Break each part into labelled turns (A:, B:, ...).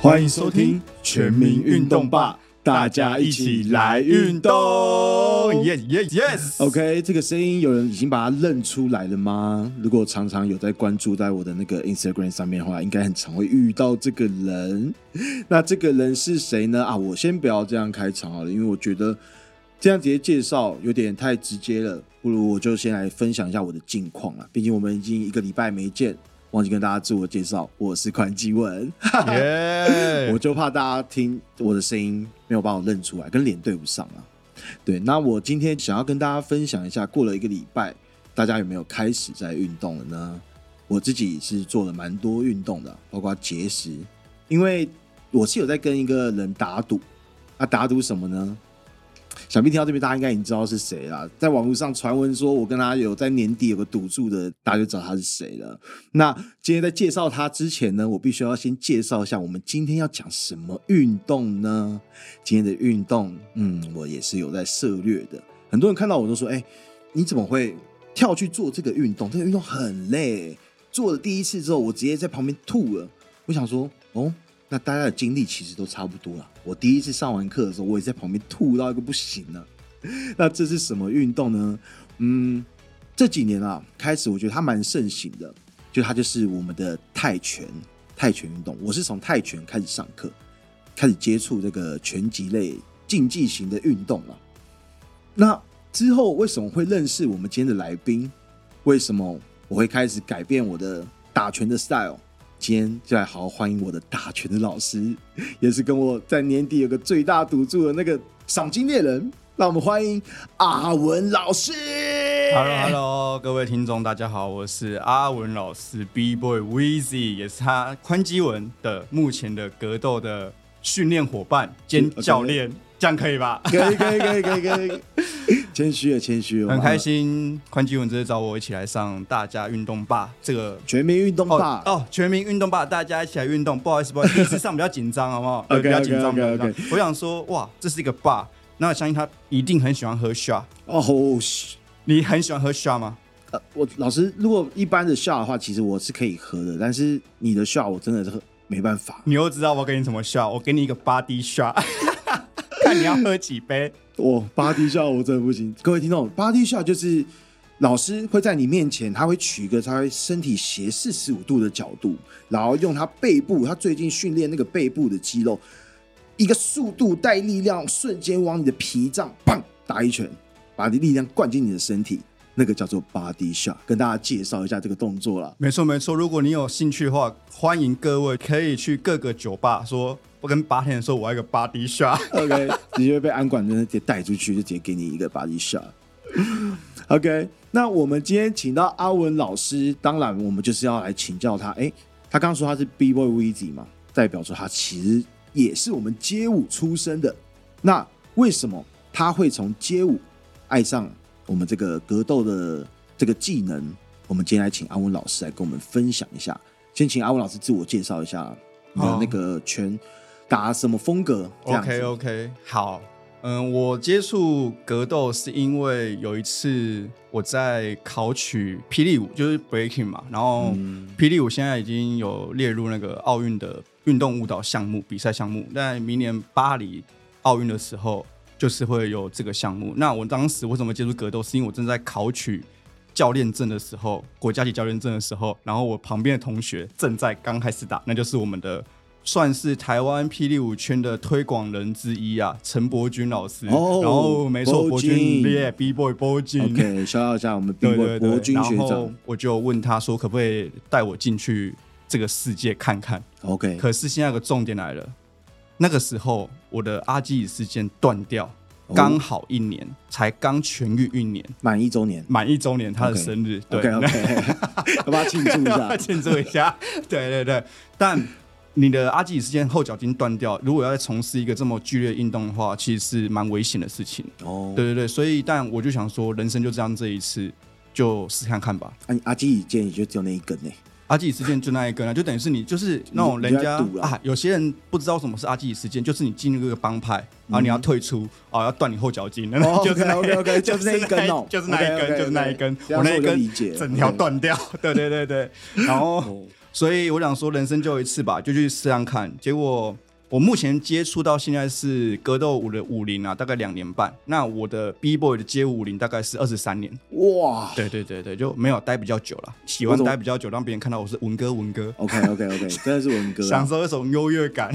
A: 欢迎收听《全民运动吧》，大家一起来运动。
B: Yes, yes, yes。
A: OK，这个声音有人已经把它认出来了吗？如果常常有在关注在我的那个 Instagram 上面的话，应该很常会遇到这个人。 那这个人是谁呢？啊，我先不要这样开场好了，因为我觉得这样直接介绍有点太直接了，不如我就先来分享一下我的近况啊。毕竟我们已经一个礼拜没见，忘记跟大家自我介绍，我是宽基文。
B: 耶
A: 我！就怕大家听我的声音没有把我认出来，跟脸对不上啊。对，那我今天想要跟大家分享一下，过了一个礼拜，大家有没有开始在运动了呢？我自己是做了蛮多运动的，包括节食，因为我是有在跟一个人打赌，那打赌什么呢？想必听到这边，大家应该已经知道是谁啦。在网络上传闻说，我跟他有在年底有个赌注的，大家就知道他是谁了。 那今天在介绍他之前呢，我必须要先介绍一下我们今天要讲什么运动呢？今天的运动，嗯，我也是有在涉略的。很多人看到我都说：“哎、你怎么会跳去做这个运动？这个运动很累，做了第一次之后，我直接在旁边吐了。”我想说：“哦，那大家的经历其实都差不多啦。我第一次上完课的时候，我也在旁边吐到一个不行了。 那这是什么运动呢？嗯，这几年啊，开始我觉得它蛮盛行的，就它就是我们的泰拳，泰拳运动。我是从泰拳开始上课，开始接触这个拳击类竞技型的运动了。那之后为什么会认识我们今天的来宾？为什么我会开始改变我的打拳的 style？今天就来好好欢迎我的打拳的老师，也是跟我在年底有个最大赌注的那个赏金猎人。让我们欢迎阿文老师。
B: Hello Hello，各位听众，大家好，我是阿文老师 B Boy Weezy，也是他宽基文的目前的格斗的训练伙伴兼教
A: 呃
B: 练，这样可以 吧？
A: 可以可以可以可以可以，谦虚了啊谦虚了，
B: 很开。心，宽基文这次找我一起来上大家运动吧这个。
A: 全民运动
B: 哦
A: 吧、
B: 哦！全民运动吧，大家一起来运动。不好意思，不好意 思，第一次上比较紧张，好不好对
A: OK，
B: 比较紧张
A: OK，OK，
B: 比较紧张我想说，哇，这是一个 bar，那我相信他一定很喜欢喝 shot。
A: 哦吼，嘘
B: 你很喜欢喝 shot 吗？
A: 呃，我老师，如果一般的笑的话，其实我是可以喝的，但是你的笑我真的是喝没办法，
B: 你又知道我给你什么 shot，我给你一个 body shot，看你要喝几杯。
A: 我八滴笑我真的不行。各位听众，八滴笑就是老师会在你面前，他会取一个他会身体斜四十五度的角度，然后用他背部，他最近训练那个背部的肌肉，一个速度带力量，瞬间往你的脾脏砰打一拳，把你力量灌进你的身体，那个叫做八滴笑。跟大家介绍一下这个动作啦。
B: 没错没错，如果你有兴趣的话，欢迎各位可以去各个酒吧说，我跟八天说我要一个 body shot。
A: OK，直接被安管真的直接带出去，就直接给你一个 body shot。OK，那我们今天请到阿文老师，当然我们就是要来请教他。诶，他刚刚说他是 B boy VZ 嘛，代表说他其实也是我们街舞出身的。那为什么他会从街舞爱上我们这个格斗的这个技能？我们今天来请阿文老师来跟我们分享一下。先请阿文老师自我介绍一下你的
B: 好
A: 那个拳打什么风格？这样子
B: OK OK，好，嗯，我接触格斗是因为有一次我在考取霹雳舞，就是 breaking 嘛，然后霹雳舞现在已经有列入那个奥运的运动舞蹈项目比赛项目，在明年巴黎奥运的时候就是会有这个项目。那我当时为什么接触格斗，是因为我正在考取。教练证的时候，国家级教练证的时候，然后我旁边的同学正在刚开始打，那就是我们的算是台湾霹雳舞圈的推广人之一啊，陈伯君老师。
A: 哦
B: 然后没错，
A: 伯
B: 伯君
A: 君
B: y b boy 伯君。
A: OK，shout out 一下我们 B
B: 对
A: boy
B: 对
A: 国
B: 对，
A: 军
B: 然
A: 学
B: 后
A: 长。
B: 我就问他说，可不可以带我进去这个世界看看？
A: OK，
B: 可是现在有个重点来了，那个时候我的阿基里事件断掉
A: 哦，
B: 刚好一年，才刚痊愈一年，
A: 满一周年。
B: 满一周年他的
A: OK
B: 生日。对
A: OK，OK，要 不要庆祝一下？
B: 庆祝一下。对对对，但你的阿基里斯腱后脚筋断掉，如果要再从事一个这么剧烈的运动的话，其实是蛮危险的事情。
A: 哦，
B: 对对对，所以但我就想说，人生就这样这一次，就试看看吧。
A: 啊，你阿基里健也就只有那一根呢。
B: 阿基里斯腱就那一根啊，就等于是你就是那种人家
A: 你就在赌啊
B: 啊，有些人不知道什么是阿基里斯腱，就是你进入一个帮派，然后你要退出啊，要断你后脚筋，然
A: 嗯哦
B: 后就是那
A: OK，OK，OK，
B: 就是
A: 就是那一根哦
B: 就是那一
A: OK，OK，OK，
B: 根，就是那一根，
A: 这样
B: 我
A: 说
B: 那一
A: 我就理解
B: 根
A: 哦
B: 整条断掉，对对对对，然后。所以我想说，人生就一次吧，就去试看看。结果我目前接触到现在是格斗舞的舞龄啊，大概两年半。那我的 B boy 的街舞舞龄大概是二十三年。
A: 哇
B: 对对对对，就没有待比较久了，喜欢
A: 我懂
B: 待比较久，让别人看到我是文哥文哥，
A: ，OK OK OK，真的是文哥、
B: 享
A: 啊。
B: 受一种优越感。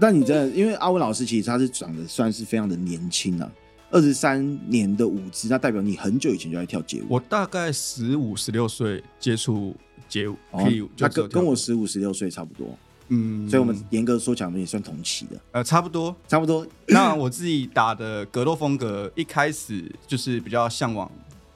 A: 但你真的，因为阿文老师其实他是长得算是非常的年轻啊，二十三年的舞姿，那代表你很久以前就在跳街舞。
B: 我大概十五十六岁接触街舞，
A: 哦
B: 霹雳舞，
A: 那
B: 就只有
A: 跟跟
B: 跳
A: 我十五十六岁差不多，
B: 嗯，
A: 所以我们严格说起来，我们也算同期的，
B: 呃差不多。
A: 差不多。
B: 那我自己打的格斗风格，一开始就是比较向往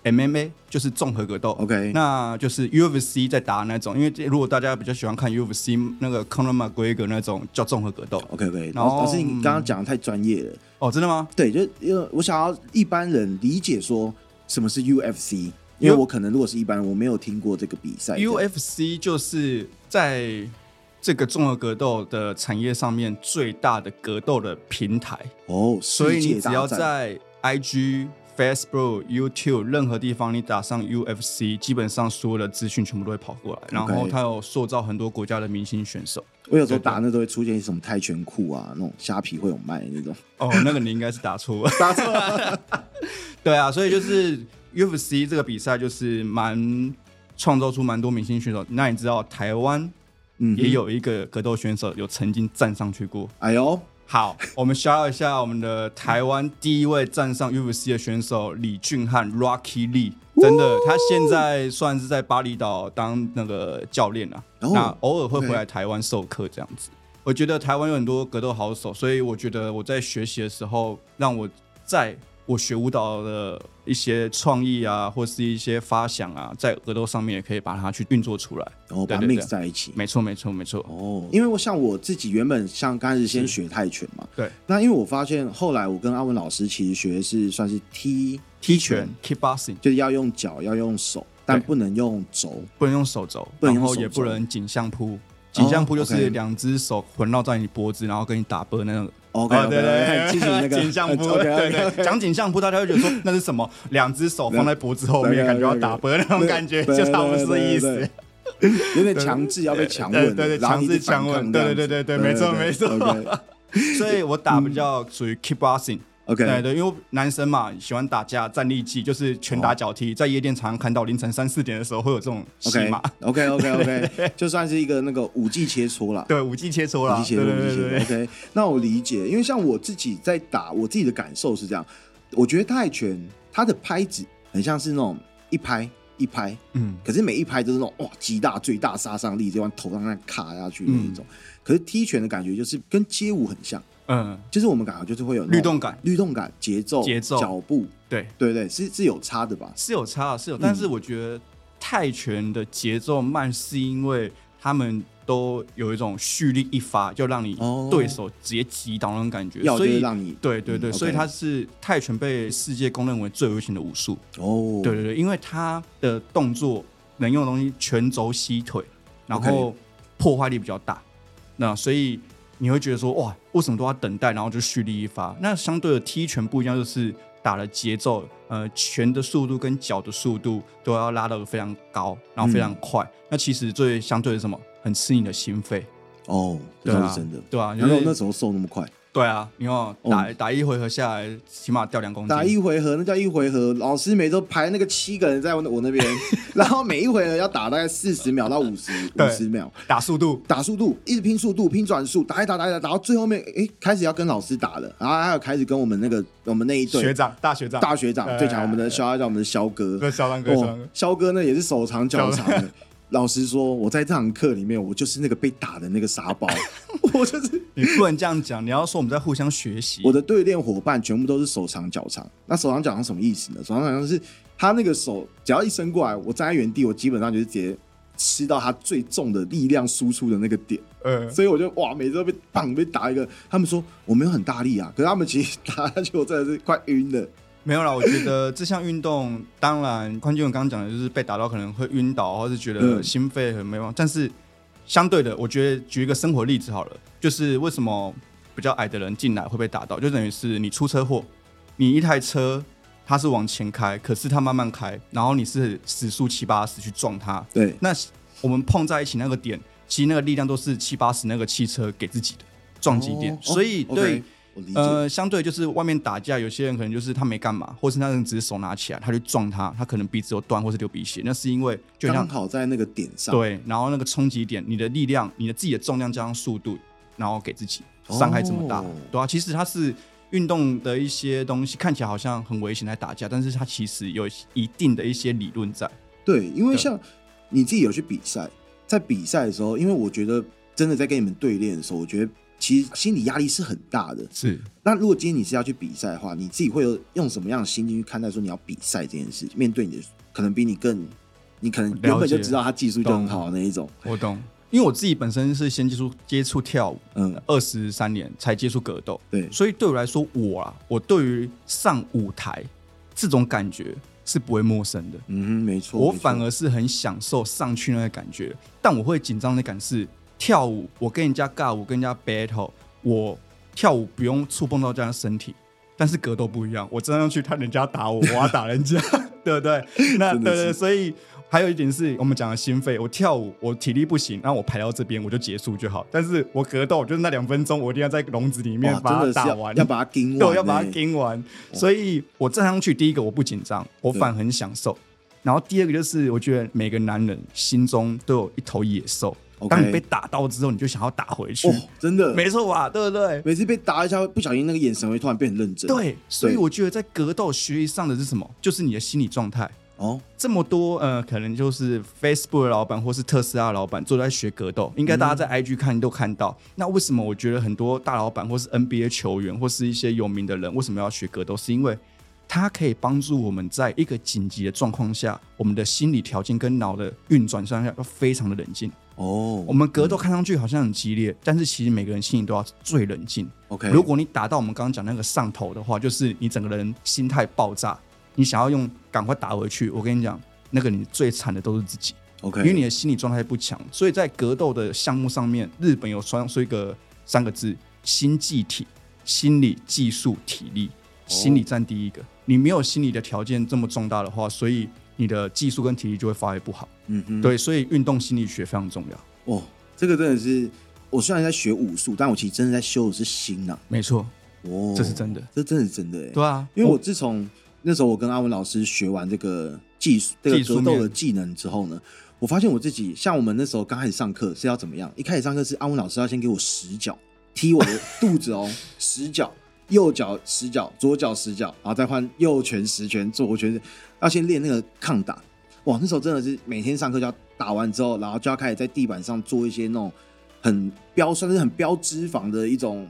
B: MMA，就是综合格斗。
A: OK，
B: 那就是 UFC 在打那种，因为这如果大家比较喜欢看 UFC 那个 Conor McGregor 那种叫综合格斗
A: OK OK，
B: 然后
A: 老师你刚刚讲的太专业了，
B: 哦，真的吗？
A: 对，就因为我想要一般人理解说什么是 UFC，因为
B: U-
A: 我可能如果是一般人，我没有听过这个比赛。
B: UFC 就是在这个综合格斗的产业上面最大的格斗的平台，
A: 哦，
B: 所以
A: 世
B: 你
A: 界
B: 只
A: 大
B: 要
A: 战
B: 在 IG、Facebook、YouTube 任何地方你打上 UFC，基本上所有的资讯全部都会跑过来。然后
A: OK
B: 它有塑造很多国家的明星选手。
A: 我有时候打那都会出现什么泰拳裤啊，那种虾皮会有卖的那种。
B: 哦，那个你应该是打错了。
A: 打错了，
B: 对啊，所以就是 UFC 这个比赛就是蛮创造出蛮多明星选手。那你知道台湾
A: 嗯
B: 也。有一个格斗选手有曾经站上去过。
A: 哎呦，
B: 好，我们 shout out 一下我们的台湾第一位站上 UFC 的选手李俊翰 Rocky Lee，真的，他现在算是在巴厘岛当那个教练了、
A: 哦
B: 那偶尔会
A: OK
B: 回来台湾授课这样子。我觉得台湾有很多格斗好手，所以我觉得我在学习的时候，让我在我学舞蹈的一些创意啊，或是一些发想啊，在格斗上面也可以把它去运作出来。
A: 然哦后把它
B: 对对
A: mix 在一起。
B: 没错，没错，没错。
A: 哦，因为我像我自己原本像刚开始先学泰拳嘛，
B: 对，
A: 那因为我发现后来我跟阿文老师其实学的是算是踢
B: 踢拳 （kickboxing）
A: 就是要用脚，要用手，但
B: 对
A: 不能用肘。
B: 不能用手肘，
A: 不能
B: 然
A: 用
B: 后
A: 手
B: 也
A: 肘哦
B: 不能颈项扑。颈项扑就
A: OK
B: 是两只手环绕在你脖子，然后跟你打啵那种。
A: OK，
B: 哦对对，
A: 记住那 个
B: 颈项扑，
A: OK，OK，
B: 对对，讲颈项扑，大家会觉得说那是什么？两只手放在脖子后
A: 对对
B: 面，
A: 对
B: 感觉要打啵那种感觉，就差不多是这意思。，
A: 对对对对对有点强制要被强吻，
B: 对对对
A: 然后你一直反
B: 强
A: 抗
B: 制强吻
A: 这样子
B: 对对对对没错没错
A: OK，
B: 所以我打比较属于 kickboxing，对
A: OK，
B: 对，因为男生嘛喜欢打架，站立技就是拳打脚踢，在夜店常常看到凌晨三四点的时候会有这种戏
A: OK
B: 码，
A: OK OK OK，就算是一个那个武技切磋啦。
B: 对，武技切磋
A: 武
B: 啦，
A: 技切
B: 对
A: 磋，
B: 对
A: 武
B: 对
A: 技
B: 对
A: 切
B: 对
A: 磋。OK，那我理解，因为像我自己在打，我自己的感受是这样，我觉得泰拳它的拍子很像是那种一拍一拍，
B: 嗯，
A: 可是每一拍都是那种哇极大最大杀伤力，就往头上那样卡下去那一种。可是踢拳的感觉就是跟街舞很像，
B: 嗯，
A: 就是我们感觉就是会有那种
B: 律动感，
A: 律动感、节奏、
B: 节奏
A: 脚步，
B: 对。
A: 对对，是是有差的吧？
B: 是有差啊，是
A: 嗯
B: 有，但是我觉得泰拳的节奏慢，是因为他们都有一种蓄力一发，就让你
A: 哦
B: 对手直接击倒那种感觉，
A: 要就
B: 所
A: 是
B: 以
A: 让你
B: 对对对，
A: 嗯
B: 所以
A: OK
B: 它是泰拳被世界公认为最流行的武术，
A: 哦，
B: 对对对，因为它的动作能用的东西全肘吸腿，然后破坏力比较大，那所以你会觉得说哇，为什么都要等待，然后就蓄力一发？那相对的踢拳不一样，就是打的节奏，呃，拳的速度跟脚的速度都要拉到非常高，然后非常快。那其实最相对的是什么，很吃你的心肺，
A: 哦，这
B: 对
A: 倒
B: 啊，
A: 是真的。
B: 对啊，就
A: 然后那
B: 是
A: 时候瘦那么快，
B: 对啊，你要打、打一回合下来，起码掉两公斤，
A: 打一回合那叫一回合，老师每周排那个七个人在我那我 那边，然后每一回合要打大概四十秒到五十
B: 对
A: 五十秒，
B: 打速度，
A: 打速度，一直拼速度，拼转速，打一打打一打，打到最后面，诶，开始要跟老师打了，然后还有开始跟我们那个我们那一
B: 学
A: 队
B: 长大学长
A: 大学长
B: 哎
A: 最强，我们的肖叫我们的肖哥，
B: 对小狼哥，小
A: 哦
B: 狼哥，，
A: 肖哥呢也是手长脚长的。 老实说，我在这堂课里面，我就是那个被打的那个 傻包， 我就是
B: 你不能这样讲，你要说我们在互相学习。
A: 我的队练伙伴全部都是手长脚长。那手长脚长什么意思呢？手长脚长是他那个手只要一伸过来，我站在原地，我基本上就是直接吃到他最重的力量输出的那个 点。
B: 呃，
A: 所以我就哇，每次都被棒被打一个。他们说我没有很大力啊，可是他们其实打下去，我真的是快晕了。
B: 没有啦，我觉得这项运动，当然宽俊我刚刚讲的就是被打到可能会晕倒，或是觉得
A: 嗯
B: 心肺很没用，但是相对的，我觉得举一个生活例子好了，就是为什么比较矮的人进来会被打到，就等于是你出车祸，你一台车它是往前开，可是它慢慢开，然后你是时速七八十去撞它，
A: 对，
B: 那我们碰在一起那个点，其实那个力量都是七八十那个汽车给自己的撞击点，
A: 哦哦
B: 所以
A: OK，
B: 对。
A: 我理解。
B: 呃，相对就是外面打架，有些人可能就是他没干嘛，或是那人只是手拿起来，他就撞他，他可能鼻子有断或是流鼻血，那是因为就
A: 刚
B: 像
A: 好在那个点上，
B: 对，然后那个冲击点，你的力量、你的自己的重量加上速度，然后给自己伤害这么大，
A: 哦
B: 对啊，其实它是运动的一些东西，看起来好像很危险在打架，但是它其实有一定的一些理论在。
A: 对，因为
B: 对
A: 像你自己有去比赛，在比赛的时候，因为我觉得真的在跟你们对练的时候，我觉得其实心理压力是很大的。
B: 是，
A: 那如果今天你是要去比赛的话，你自己会有用什么样的心境去看待说你要比赛这件事情？面对你的可能比你更，你可能
B: 了解
A: 原本就知道他技术就很好的那一种，
B: 我懂，因为我自己本身是先接触接触跳舞，
A: 嗯，
B: 二十三年才接触格斗，
A: 对，
B: 所以对我来说，我啊，我对于上舞台这种感觉是不会陌生的。
A: 嗯哼，没错，
B: 我
A: 没错
B: 反而是很享受上去那个感觉，但我会紧张的感是跳舞，我跟人家尬，我跟人家 battle，我跳舞不用触碰到人家的身体，但是格斗不一样，我站上去，他人家打我，我要打人家， 对不 对？那
A: 真
B: 对
A: 的是
B: 对，所以还有一点是我们讲的心肺，我跳舞我体力不行，那我排到这边我就结束就好，但是我格斗就是那两分钟，我一定要在笼子里面
A: 哇
B: 把它
A: 真的是
B: 打
A: 要
B: 完，
A: 要把它 盯
B: 对，
A: 完
B: 我
A: 欸，
B: 要把它盯完。所以我站上去，第一个我不紧张，我
A: 对
B: 反而很享受。然后第二个就是，我觉得每个男人心中都有一头野兽。
A: OK
B: 当你被打到之后，你就想要打回去。
A: 哦，啊真的，
B: 没错吧？对不对？
A: 每次被打一下，不小心那个眼神会突然变很认真，，
B: 对，所以我觉得在格斗学习上的是什么？就是你的心理状态。
A: 哦，
B: 这么多呃，可能就是 Facebook 的老板或是特斯拉的老板都在学格斗，应该大家在 IG 看都看到。那为什么我觉得很多大老板或是 NBA 球员或是一些有名的人为什么要学格斗？是因为它可以帮助我们在一个紧急的状况下，我们的心理条件跟脑的运转上要非常的冷静。
A: 哦，
B: 我们格斗看上去好像很激烈，但是其实每个人心里都要最冷静。
A: OK，
B: 如果你打到我们刚刚讲那个上头的话，就是你整个人心态爆炸，你想要用赶快打回去。我跟你讲，那个你最惨的都是自己，
A: OK，
B: 因为你的心理状态不强。所以在格斗的项目上面，日本有传说一个三个字：心技体、心理、技术、体力。
A: 哦
B: 心理占第一个，你没有心理的条件这么重大的话，所以你的技术跟体力就会发挥不好。
A: 嗯哼，
B: 对，所以运动心理学非常重要。
A: 哦，这个真的是，我虽然在学武术，但我其实真的在修的是心呐、
B: 没错，
A: 哦，
B: 这是真的。
A: 这真的是真的哎、
B: 对啊，
A: 因为我自从那时候我跟阿文老师学完这个技术、这个
B: 技术
A: 格斗的
B: 面
A: 技能之后呢，我发现我自己像我们那时候刚开始上课是要怎么样？一开始上课是阿文老师要先给我十脚踢我的肚 子哦，十脚。右脚十脚，左脚十脚，然后再换右拳十拳，左拳十要先练那个抗打。哇，那时候真的是每天上课就要打完之后，然后就要开始在地板上做一些那种很标，算是很标脂肪的一种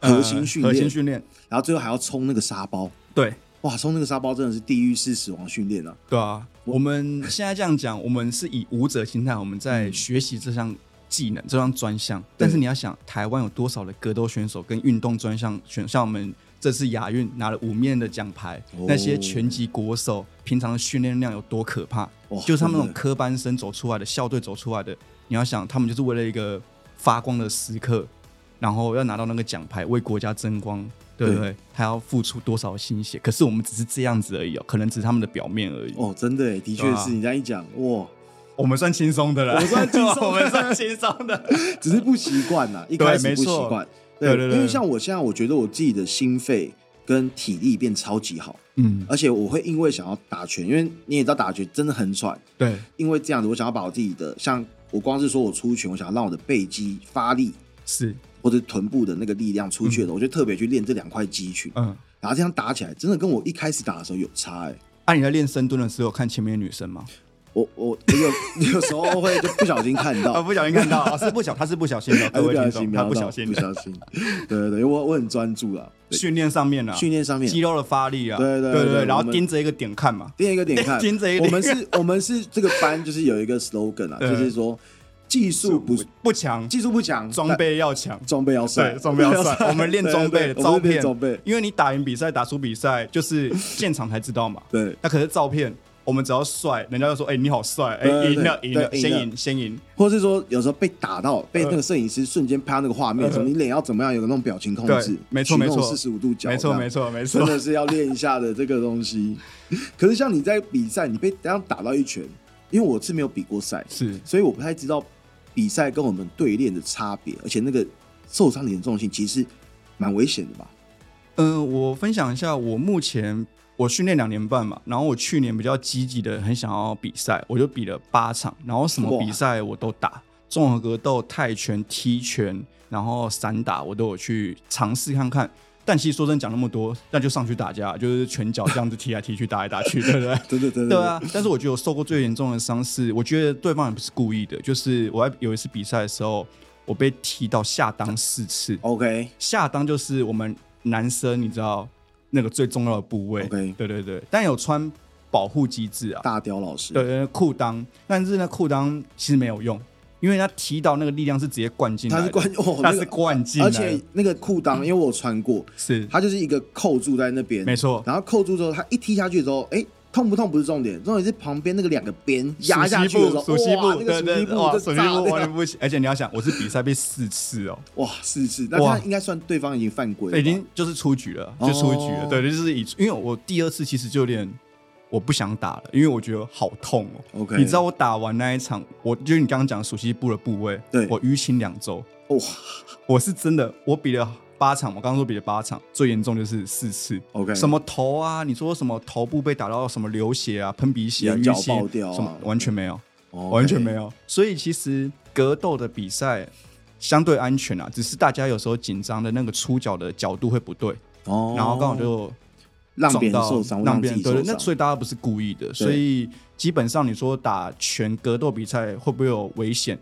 A: 核心训
B: 嗯呃核
A: 练，
B: 心训练，
A: 然后最后还要冲那个沙包。
B: 对，
A: 哇，冲那个沙包真的是地狱式死亡训练啊！
B: 对啊，我们现在这样讲，我们是以舞者心态，我们在学习这项技能、这项专项。但是你要想，台湾有多少的格斗选手跟运动专项选像我们这次亚运拿了五面的奖牌，
A: 哦
B: 那些拳击国手平常的训练量有多可怕？
A: 哇
B: 就是他们那种
A: 真的
B: 科班生走出来的，校队走出来的，你要想，他们就是为了一个发光的时刻，然后要拿到那个奖牌，为国家争光。对不对？他要付出多少心血？可是我们只是这样子而已哦，可能只是他们的表面而已。
A: 哦，真的耶，的确
B: 对啊
A: 是你这样一讲，哇，
B: 我们算轻松的了，
A: 我们算轻松的
B: 我们算轻松的。
A: 只是不习惯呐，一开始
B: 没
A: 不习
B: 错
A: 惯。
B: 对对对
A: 因为像我现在，我觉得我自己的心肺跟体力变超级好，
B: 嗯，
A: 而且我会因为想要打拳，因为你也知道打拳真的很喘，
B: 对，
A: 因为这样子，我想要把我自己的，像我光是说我出拳，我想要让我的背肌发力
B: 是，
A: 或者臀部的那个力量出去的，我就特别去练这两块肌群，
B: 嗯。
A: 然后这样打起来，真的跟我一开始打的时候有差哎、
B: 啊，你在练深蹲的时候有看前面的女生吗？
A: 我我我有 有时候会就不小心看到，
B: 啊，不小心看到，啊是不小，他是不小心的，
A: 还
B: 各
A: 是
B: 位
A: 不小
B: 听
A: 心
B: 众，
A: 瞄
B: 他
A: 到，
B: 不小心
A: 不
B: 的。
A: 小心。对对对，我我很专注啦。对
B: 训练上面啊，
A: 训练上面
B: 肌，肉的发力啊，
A: 对对
B: 对
A: 对对
B: 然
A: 我
B: 后
A: 们
B: 盯着一个点看嘛，
A: 另一个 点看，
B: 盯着一个
A: 我
B: 点
A: 们是，我们是这个班就是有一个 slogan 啊，
B: 对
A: 就是说技术不
B: 不强，
A: 技术不强，
B: 装备要强
A: 但。装备要帅，
B: 对，装备要 帅，我们练装备
A: 对对
B: 的
A: 对
B: 照
A: 我们是练
B: 片，
A: 装备，
B: 因为你打赢比赛、打输比赛，就是现场才知道嘛。
A: 对
B: 那可是照片，我们只要帅，人家就说：“哎，你好帅！”哎
A: 对，对
B: 赢了，
A: 对
B: 赢了，
A: 对
B: 先
A: 赢了
B: 赢，先赢。
A: 或是说有时候被打到，被
B: 呃
A: 那个摄影师瞬间拍到那个画面的时候，你脸要怎么样，有个那种表情控制
B: 对，没错没错
A: 四十五度角，
B: 没错，没。错，没
A: 真
B: 错。
A: 的是要练一下的这个东西，可是像你在比赛，你被这样打到一拳，因为我是没有比过 赛，
B: 是
A: 所以我不太知道比赛跟我们对练的差别，而且那个受伤的严重性其实蛮危险的吧？
B: 嗯，我分享一下，我目前我训练两年半嘛，然后我去年比较积极的，很想要比赛，我就比了八场，然后什么
A: 哇
B: 比赛我都打，综合格斗、泰拳、踢拳，然后散打我都有去尝试看看。但其实说真的讲那么多，那就上去打架，就是拳脚这样子踢来踢去，打来打去，对不对？
A: 对对对
B: 对，啊，但是我觉得我受过最严重的伤是，我觉得对方也不是故意的，就是我在有一次比赛的时候，我被踢到下裆四次，
A: OK，
B: 下裆就是我们男生你知道那个最重要的部位。
A: OK
B: 对对对，但有穿保护机制啊，
A: 大雕老师，
B: 对，对裤裆，但是那裤裆其实没有用，因为他踢到那个力量是直接灌进来的，
A: 他是关哦，
B: 它
A: 那
B: 是
A: 个
B: 灌进来
A: 而
B: 的，
A: 且那个裤裆，因为我有穿过，
B: 是
A: 它就是一个扣住在那边，
B: 没错
A: 然后扣住之后，它一踢下去之后，哎、痛不痛不是重点，重点是旁边那个两个边压下去的时候，
B: 属西
A: 哇
B: 部，
A: 那
B: 对
A: 个
B: 对，
A: 部
B: 哇，
A: 就
B: 属西
A: 炸
B: 部
A: 掉
B: 完全不行。而且你要想，我是比赛被四次哦，
A: 哇，是是，那
B: 哇
A: 他应该算对方已经犯规了吧，
B: 已经就是出局了，就出局了。
A: 哦
B: 对，就是以因为我第二次其实就有点我不想打了，因为我觉得好痛哦、
A: OK
B: 你知道我打完那一场，我就是你刚刚讲熟悉部的部位，
A: 对
B: 我淤青两周，
A: 哇
B: 我是真的，我比了八场，我刚刚说比了八场，最严重就是四次。
A: ，OK，
B: 什么头啊？你说什么头部被打到什么流血啊、喷鼻血、啊、
A: 眼角
B: 淤青
A: 爆掉啊
B: 什么完全没有。
A: 哦
B: 完全没
A: ，OK，
B: 有。所以其实格斗的比赛相对安全啊，只是大家有时候紧张的那个出脚的角度会不对，
A: 哦，
B: 然后刚好就
A: 让别
B: 撞
A: 人
B: 到
A: 受伤，
B: 让
A: 自
B: 别人
A: 己
B: 对
A: 受
B: 对，
A: 伤
B: 那，所以大家不是故意的。所以基本上你说打拳格斗比赛会不会有危险？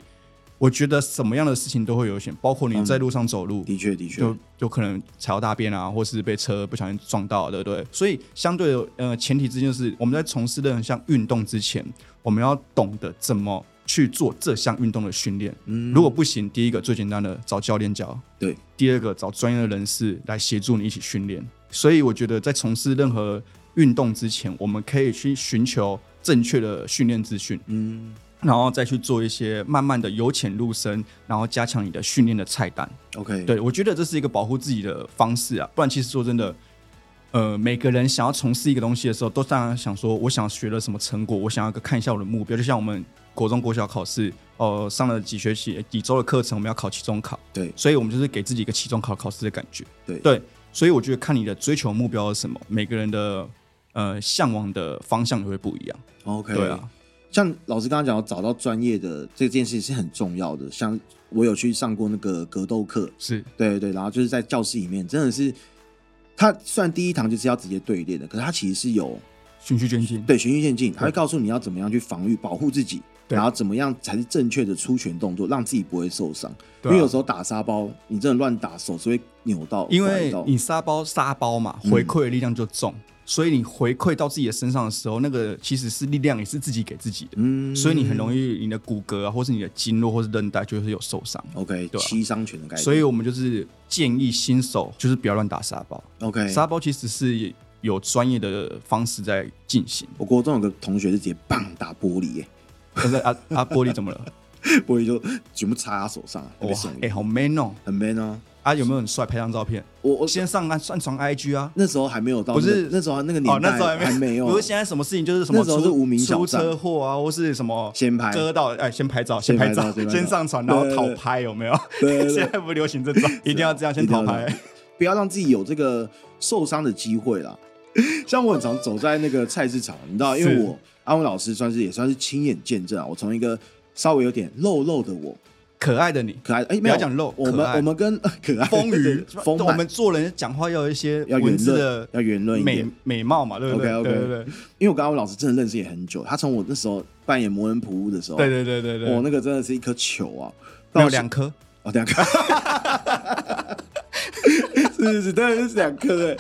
B: 我觉得什么样的事情都会有危险，包括你在路上走路，
A: 嗯的确的确，
B: 就有可能踩到大便啊，或是被车不小心撞到，对不对？所以相对的，呃，前提之间就是我们在从事任何项运动之前，我们要懂得怎么去做这项运动的训练。
A: 嗯
B: 如果不行，第一个最简单的找教练教，
A: 对，
B: 第二个找专业的人士来协助你一起训练。所以我觉得在从事任何运动之前，我们可以去寻求正确的训练资讯，
A: 嗯
B: 然后再去做一些慢慢的由浅入深，然后加强你的训练的菜单。
A: ，OK，，
B: 对，我觉得这是一个保护自己的方式啊，不然其实说真的，呃，每个人想要从事一个东西的时候，都当然想说，我想学了什么成果，我想要个看一下我的目标。就像我们国中、国小考试，呃，上了几学期、几周的课程，我们要考期中考，
A: 对
B: 所以我们就是给自己一个期中考考试的感觉。
A: 对
B: 对，所以我觉得看你的追求目标是什么，每个人的呃向往的方向也会不一样。
A: ，OK，
B: 对啊，
A: 像老师刚刚讲，找到专业的这件事情是很重要的。像我有去上过那个格斗课，
B: 是
A: 对对对，然后就是在教室里面，真的是他虽然第一堂就是要直接对练的，可是他其实是有
B: 循序渐进。
A: 对循序渐进，他会告诉你要怎么样去防御、保护自己，
B: 对
A: 然后怎么样才是正确的出拳动作，让自己不会受伤。
B: 对啊
A: 因为有时候打沙包，你真的乱打，手是会扭到，
B: 因
A: 拐
B: 为
A: 到
B: 你沙包沙包嘛，回馈的力量就重，所以你回馈到自己的身上的时候，那个其实是力量也是自己给自己的，
A: 嗯
B: 所以你很容易你的骨骼啊，或是你的经络或是韧带就是有受伤。
A: OK
B: 对啊
A: 七伤拳的概念，
B: 所以我们就是建议新手就是不要乱打沙包，
A: OK
B: 沙包其实是有专业的方式在进行。
A: 我国中有个同学就直接棒打玻璃、耶
B: 但是阿 阿玻璃怎么了？
A: 玻璃就全部插他手上，
B: 哇
A: 被送医
B: 哎、好 man 哦！
A: 很 man 啊！
B: 啊，有没有很帅？拍张照片，
A: 我我
B: 先上岸上传 IG 啊。
A: 那时候还没有到、那
B: 不
A: 个，
B: 是
A: 那时候那个
B: 哦
A: 年，代
B: 那时候还没
A: 还没有，
B: 不是现在什么事情就是什么
A: 那时候是
B: 出
A: 无名小
B: 出
A: 站
B: 车祸啊，或是什么
A: 先拍
B: 割到，哎，先拍照，
A: 先
B: 拍
A: 拍照先拍照
B: 先上传，然后
A: 对对
B: 讨
A: 对
B: 拍有没有？
A: 对对 对
B: 现在不流行这 种，一定要这样先
A: 一定
B: 讨
A: 要
B: 拍
A: 这。样不要让自己有这个受伤的机会啦。 像我很常走在那个菜市场，你知道，因为
B: 是
A: 我安文老师算是也算是亲眼见证啊。我从一个稍微有点肉肉的我，
B: 可爱的你，
A: 可爱哎，
B: 不
A: 没有
B: 要讲肉
A: 我
B: 可
A: 们
B: 爱
A: 我们跟 可爱
B: 风
A: 对
B: 雨
A: 对 丰
B: 我
A: 满
B: 们做人讲话要有一些
A: 要
B: 文
A: 圆
B: 字
A: 润
B: 的，
A: 要圆润一点
B: 美。美貌嘛，对不对？
A: OK，OK
B: 对对对
A: 因为我跟安文老师真的认识也很久，他从我那时候扮演魔人普乌的时候，
B: 对对对对对，
A: 我那个真的是一颗球啊，
B: 没有
A: 到
B: 两颗，
A: 哦，两颗， 是是是，当然是两颗哎。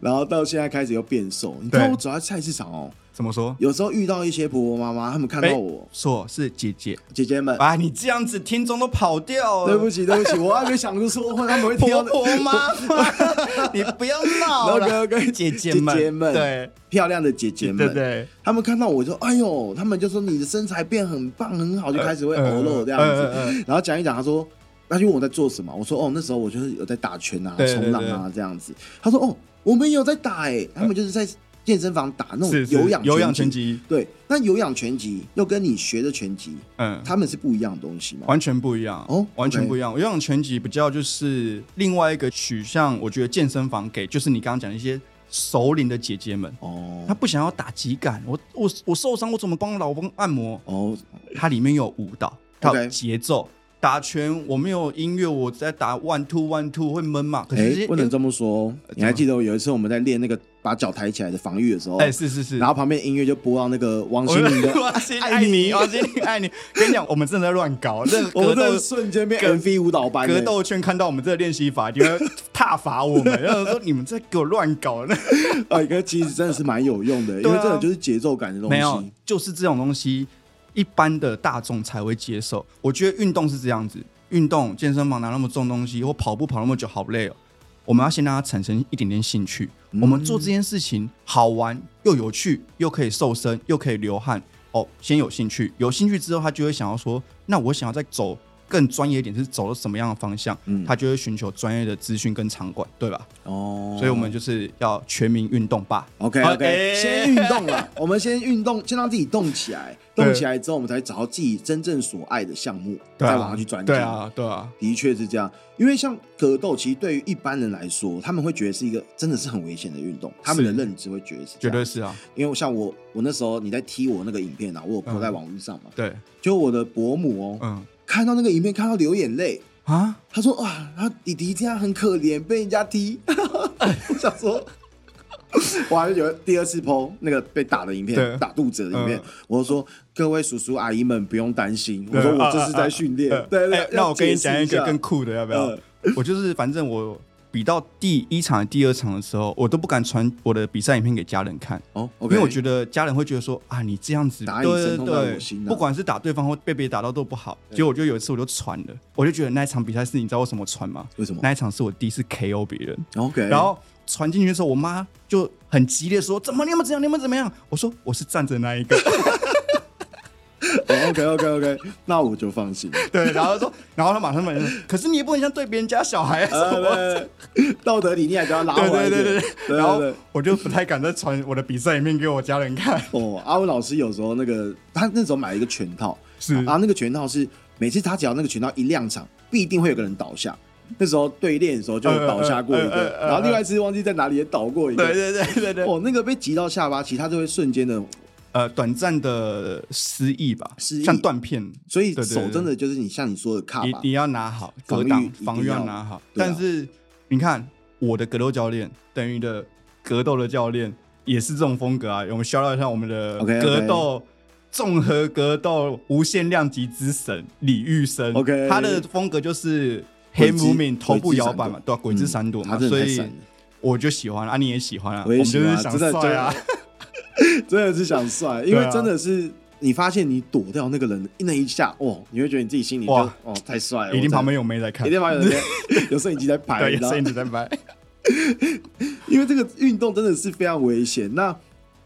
A: 然后到现在开始又变瘦，你知道
B: 对
A: 我走在菜市场哦，
B: 怎么说？
A: 有时候遇到一些婆婆妈妈，他们看到
B: 哎
A: 我，
B: 错是姐姐
A: 姐姐们，
B: 啊！你这样子，听众都跑掉了。
A: 对不起对不起，我还没想着说他们会 听
B: 婆
A: 到
B: 婆妈妈， 你不要闹了。
A: OK，OK
B: 姐姐
A: 姐
B: 们，
A: 姐们
B: 对
A: 漂亮的姐姐
B: 对
A: 们，
B: 对，
A: 他们看到我就哎呦，他们就说你的身材变很棒很好，就开始会
B: 呃
A: 偶露这样
B: 呃呃
A: 子，然后讲一讲，他说。他就问我在做什么，我说哦，那时候我就是有在打拳啊、
B: 对对
A: 冲浪啊这样子。他说哦，我们也有在打哎、他们就是在健身房打那种
B: 是是
A: 有氧
B: 有氧拳
A: 拳，
B: 击，
A: 对，那有氧拳击又跟你学的拳击，
B: 嗯，
A: 他们是不一样的东西嘛？
B: 完全不一样
A: 哦
B: 完全
A: OK
B: 不一样。有氧拳击比较就是另外一个取向，我觉得健身房给就是你刚刚讲的一些熟龄的姐姐们，
A: 哦
B: 她不想要打击感，我我我受伤，我怎么帮老公按摩？
A: 哦，
B: 它里面有舞蹈，它
A: OK
B: 有节奏。打拳我没有音乐，我在打 one two one two 会闷嘛？可是这
A: 哎，
B: 些
A: 不能这么说。
B: 呃
A: 你还记得有一次我们在练那个把脚抬起来的防御的时候，
B: 哎、是是是，
A: 然后旁边音乐就播到那个王心 凌的。
B: 王心爱你，王心凌爱你。跟你讲，我们真的在乱搞，这个
A: 我
B: 格
A: 们
B: 斗
A: 这瞬间变
B: 格
A: MV 舞蹈班、欸，
B: 格斗圈看到我们这个练习法，一定 会挞伐我们，然后说你们在给我乱搞。那
A: 啊，可是其实真的是蛮有用的、因
B: 对
A: 为
B: 啊
A: 这种就是节奏感的东西。
B: 没有，就是这种东西，一般的大众才会接受。我觉得运动是这样子，运动健身房拿那么重东西，或跑步跑那么久，好累哦。我们要先让它产生一点点兴趣。
A: 嗯
B: 我们做这件事情好玩又有趣，又可以瘦身，又可以流汗。哦，先有兴趣，有兴趣之后，他就会想要说，那我想要再走更专业一点，是走什么样的方向？
A: 嗯
B: 他就会寻求专业的资讯跟场馆，对吧？
A: 哦，
B: 所以我们就是要全民运动吧。
A: OK
B: 好
A: OK，
B: 哎
A: 先运动了， 我们先运动，先让自己动起来，动
B: 对
A: 起来之后，我们才找到自己真正所爱的项目，
B: 对啊
A: 再往上去专注。
B: 对，啊，对啊，
A: 的确是这样，因为像格斗，其实对于一般人来说，他们会觉得是一个真的是很危险的运动，他们的认知会觉得是这
B: 绝
A: 样
B: 对。是啊，
A: 因为像我，我那时候你在踢我那个影片啊，我有播在网络上嘛，
B: 对，
A: 就我的伯母哦，
B: 嗯
A: 看到那个影片，看到流眼泪，
B: 啊，
A: 他说：“哇，他弟弟这样很可怜，被人家踢。” 我想说，我还是觉得第二次剖那个被打的影片，
B: 对
A: 打肚子的影片，
B: 嗯
A: 我就说各位叔叔阿姨们不用担心，我
B: 对
A: 说我这是在训练
B: 啊啊啊。
A: 对对
B: 哎，那我跟你讲一个更
A: 跟
B: 酷的，要不要
A: 嗯？
B: 我就是反正我比到第一场、第二场的时候，我都不敢传我的比赛影片给家人看。
A: 哦
B: 因
A: ，OK，
B: 为我觉得家人会觉得说啊，你这样子，
A: 打
B: 对
A: 你神
B: 对
A: 通在我心
B: 对
A: 啊，
B: 不管是打对方或被别人打到都不好。结果我就有一次我就传了，我就觉得那一场比赛是你知道为什么传吗？
A: 为什么哦
B: 那一场是我第一次 KO 别人，
A: OK，
B: 然后传进去的时候，我妈就很激烈地说：“怎么你们怎样？你们怎么样？”我说：“我是站着那一个。”
A: 哦 OK OK OK，那我就放心。
B: 对，然后说，然后他马上反应说，可是你也不能像对别人家小孩啊什么的。
A: 呃，道德理念还是要拉回
B: 对
A: 来
B: 对
A: 一点。
B: 对对
A: 对，
B: 然后
A: 对
B: 我就不太敢再传我的比赛影片给我家人看。
A: 哦，阿文老师有时候那个，他那时候买了一个拳套，
B: 是
A: 啊，那个拳套是每次他只要那个拳套一亮场，必定会有个人倒下。那时候对练的时候就有倒下过一
B: 呃呃呃
A: 个，
B: 呃呃
A: 然后另外一次忘记在哪里也倒过一
B: 对
A: 个。
B: 对对对对，
A: 哦，那个被击到下巴，其实他就会瞬间的，
B: 呃，短暂的失忆吧，
A: 失忆
B: 像断片，
A: 所以
B: 对对对
A: 手真的就是你像你说的卡
B: 你
A: 吧
B: 你，要拿好
A: 防
B: 格
A: 御一
B: 挡
A: 定
B: 防御要
A: 要
B: 拿好。
A: 对啊
B: 但是你看我的格斗教练，等于的格斗的教练也是这种风格啊。我们 shout out 一下我们的
A: OK，OK
B: 格斗。综合格斗无限量级之神李玉生
A: OK
B: 他的风格就是
A: 鬼
B: 黑
A: 之
B: movement 头部
A: 鬼之闪
B: 摇摆嘛
A: 躲，
B: 对啊，鬼之闪躲
A: 嗯他
B: 嘛，
A: 真的
B: 所
A: 太
B: 以
A: 闪了，
B: 我就喜欢啊，你也喜欢啊，
A: 我也
B: 们
A: 喜
B: 就
A: 欢啊
B: 是想
A: 真的
B: 帅啊，
A: 真的是想帅，因
B: 对
A: 为
B: 啊
A: 真的是你发现你躲掉那个人那一下，哦，你会觉得你自己心里就
B: 哇
A: 哦太帅了，
B: 一定
A: 我
B: 旁边有妹在看
A: 一，定旁边有人在有摄影机在拍，
B: 对，
A: 你
B: 有
A: 知道
B: 摄影机在拍。
A: 因为这个运动真的是非常危险。那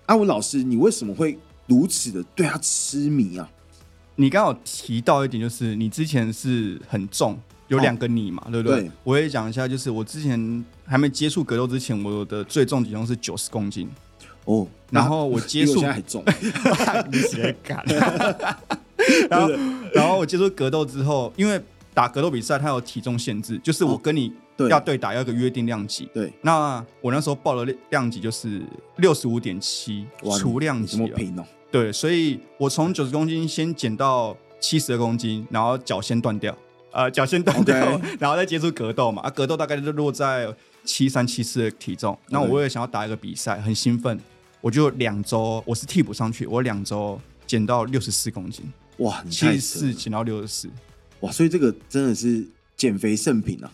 A: 阿文老师，你为什么会如此的对他痴迷啊？
B: 你刚好提到一点，就是你之前是很重，有两个你嘛，对不对？
A: 哦对
B: 我也讲一下，就是我之前还没接触格斗之前，我的最重体重是九十公斤，
A: 哦，
B: 然后我接
A: 比我
B: 触
A: 现在还 重，
B: 你谁 敢？然后，然后我接触格斗之后，因为打格斗比赛它有体重限制，就是我跟你
A: 哦对
B: 要对打，要有个约定量级。
A: 对，
B: 那我那时候报的量级就是六十五点七
A: 哇，你
B: 除量
A: 你
B: 级、
A: 这
B: 啊
A: 么，拼哦，
B: 对，所以我从九十公斤先减到七十公斤，然后脚先断掉，呃，脚先断掉
A: OK
B: 然后再接触格斗嘛，啊，格斗大概就落在七三七四的体重。那
A: OK
B: 我也想要打一个比赛，很兴奋，我就两周我是替补上去，我两周减到六十四公斤，
A: 哇，你
B: 七
A: 太
B: 十
A: 扯了
B: 四减到六十四。
A: 哇，所以这个真的是减肥圣品啊。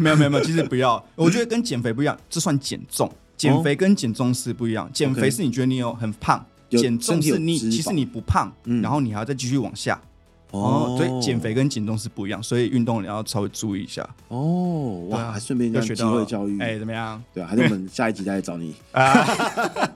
B: 没有没有没有，其实不要，我觉得跟减肥不一样，这算减重。减肥跟减重是不一样，减
A: 哦 OK
B: 肥是你觉得你有很胖，
A: 有
B: 减重是你
A: 身体有脂肪
B: 其实你不胖，
A: 嗯
B: 然后你还要再继续往下，哦，所以减肥跟减重是不一样，所以运动你要稍微注意一下。
A: 哦，
B: 对
A: 哇，
B: 啊
A: 还顺便这
B: 要
A: 样
B: 学
A: 机
B: 到
A: 会教育，
B: 哎，怎么样？
A: 对啊，还是我们下一集再来找你
B: 啊，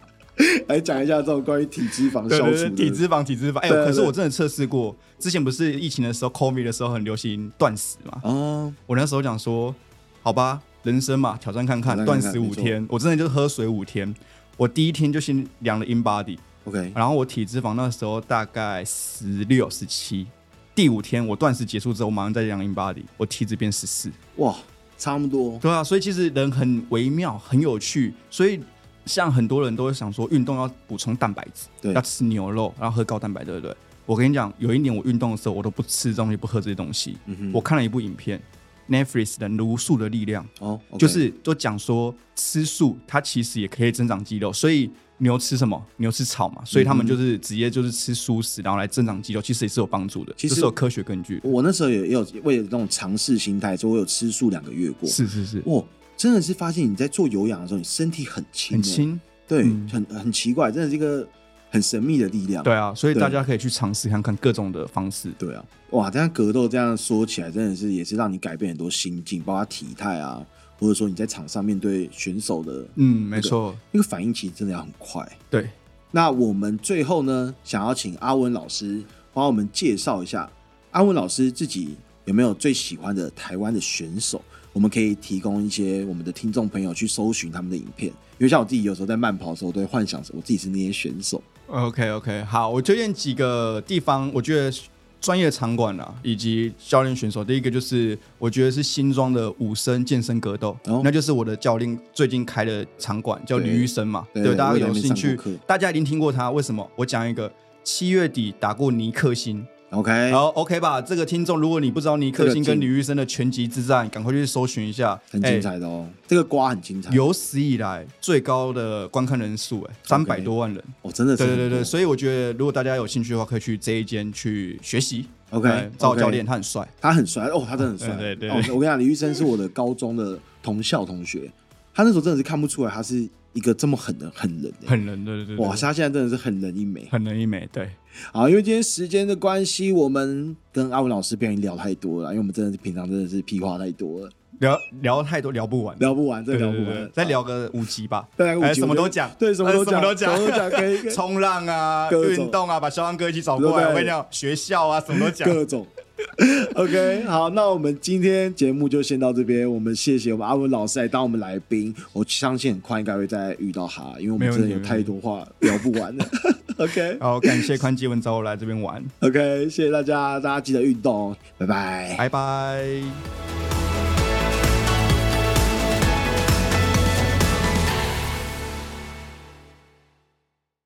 A: 来讲一下这种关于体脂肪
B: 对
A: 消
B: 对
A: 除
B: 对，
A: 的
B: 体脂肪，体脂肪。哎，
A: 对对
B: 可是我真的测试过，之前不是疫情的时候，COVID 的时候很流行断食嘛，
A: 哦，
B: 我那时候讲说，好吧，人生嘛，挑战看看，
A: 挑战看看
B: 断食
A: 没
B: 五
A: 错
B: 天，我真的就喝水五天。我第一天就先量了 in body，
A: OK，
B: 然后我体脂肪那时候大概十六、十七。第五天我断食结束之后，我马上再量 in body，我体脂变十四。
A: 哇，差不多，
B: 对啊，所以其实人很微妙，很有趣。所以像很多人都会想说，运动要补充蛋白质，
A: 对
B: 要吃牛肉，然后喝高蛋白，对不对？我跟你讲，有一年我运动的时候，我都不吃东西，不喝这些东西。
A: 嗯哼
B: 我看了一部影片，Netflix 的《茹素的力量》，
A: 哦，OK，
B: 就是都讲说吃素，它其实也可以增长肌肉，所以牛吃什么？牛吃草嘛，所以他
A: 嗯
B: 们就是直接就是吃素食，然后来增长肌肉，其实也是有帮助的，
A: 其实
B: 这是有科学根据的。
A: 我那时候也也有为了那种尝试心态，所以我有吃素两个月过，
B: 是是是，
A: 哇，真的是发现你在做有氧的时候，你身体很轻，
B: 很，轻，
A: 对，
B: 嗯
A: 很很奇怪，真的是一个很神秘的力量，
B: 对啊，所以
A: 对
B: 大家可以去尝试看看各种的方式。
A: 对啊，哇，这样格斗这样说起来，真的是也是让你改变很多心境，包括体态啊，或者说你在场上面对选手的
B: 嗯，没错，
A: 那个反应，其实真的要很快。啊
B: 对，
A: 那我们最后呢，想要请阿文老师帮我们介绍一下，阿文老师自己有没有最喜欢的台湾的选手？我们可以提供一些我们的听众朋友去搜寻他们的影片，因为像我自己有时候在慢跑的时候，我都会幻想我自己是那些选手。
B: OK OK，好，我推荐几个地方，我觉得专业场馆啊，以及教练选手。第一个就是我觉得是新庄的武生健身格斗，
A: 哦
B: 那就是我的教练最近开的场馆，叫
A: 对
B: 吕医生嘛。
A: 对
B: 对，
A: 对
B: 大
A: 我
B: 家
A: 也
B: 有
A: 没
B: 兴
A: 上
B: 趣
A: 过课，
B: 大家一定听过他。为什么？我讲一个，七月底打过尼克星，
A: OK，
B: 然后 OK 吧，这个听众，如果你不知道尼克
A: 哎这个
B: 星跟
A: 精
B: 吕医生的拳击之战，赶快去搜寻一下，
A: 很精
B: 哎
A: 彩的哦，这个瓜很精彩。
B: 有史以来最高的观看人数、哎，三百多万人。
A: 哦，真的是
B: 对
A: 很
B: 对
A: 多。
B: 对对，所以我觉得如果大家有兴趣的话，可以去这一间去学习。
A: OK，
B: 对赵
A: OK
B: 教练他很帅，
A: 他很帅哦，他真的很帅。
B: 对对对
A: 哦我跟你讲，李玉生是我的高中的同校同学，他那时候真的是看不出来他是一个这么狠的狠人、欸。
B: 很人，对对对对，
A: 哇，他现在真的是狠人一枚。
B: 很人一枚，对，
A: 好，因为今天时间的关系，我们跟阿文老师不小心聊太多了，因为我们真的是平常真的是屁话太多了，
B: 聊聊太多聊不完，
A: 聊不完，真
B: 对
A: 的聊
B: 对
A: 不
B: 对对，
A: 完
B: 对。再聊个五集 吧，
A: 再来个五集
B: 哎
A: 我觉
B: 什
A: 得
B: 么都讲，
A: 对什么都
B: 哎什么都
A: 讲
B: 讲，
A: 什么 都讲可以可以
B: 冲浪啊，
A: 各种
B: 运动啊，把肖邦哥一起找
A: 对
B: 过
A: 对
B: 来，
A: 对
B: 我跟你讲，学校啊，什么都讲，
A: 各种。OK，好，那我们今天节目就先到这边。我们谢谢我们阿文老师来当我们来宾，我相信很快应该会再遇到他，因为我们
B: 没问
A: 真
B: 题
A: 的有太多话聊不完 了。OK
B: 然后感谢宽基文找我来这边玩，
A: OK，谢谢大家，大家记得运动哦，拜拜。
B: 拜拜。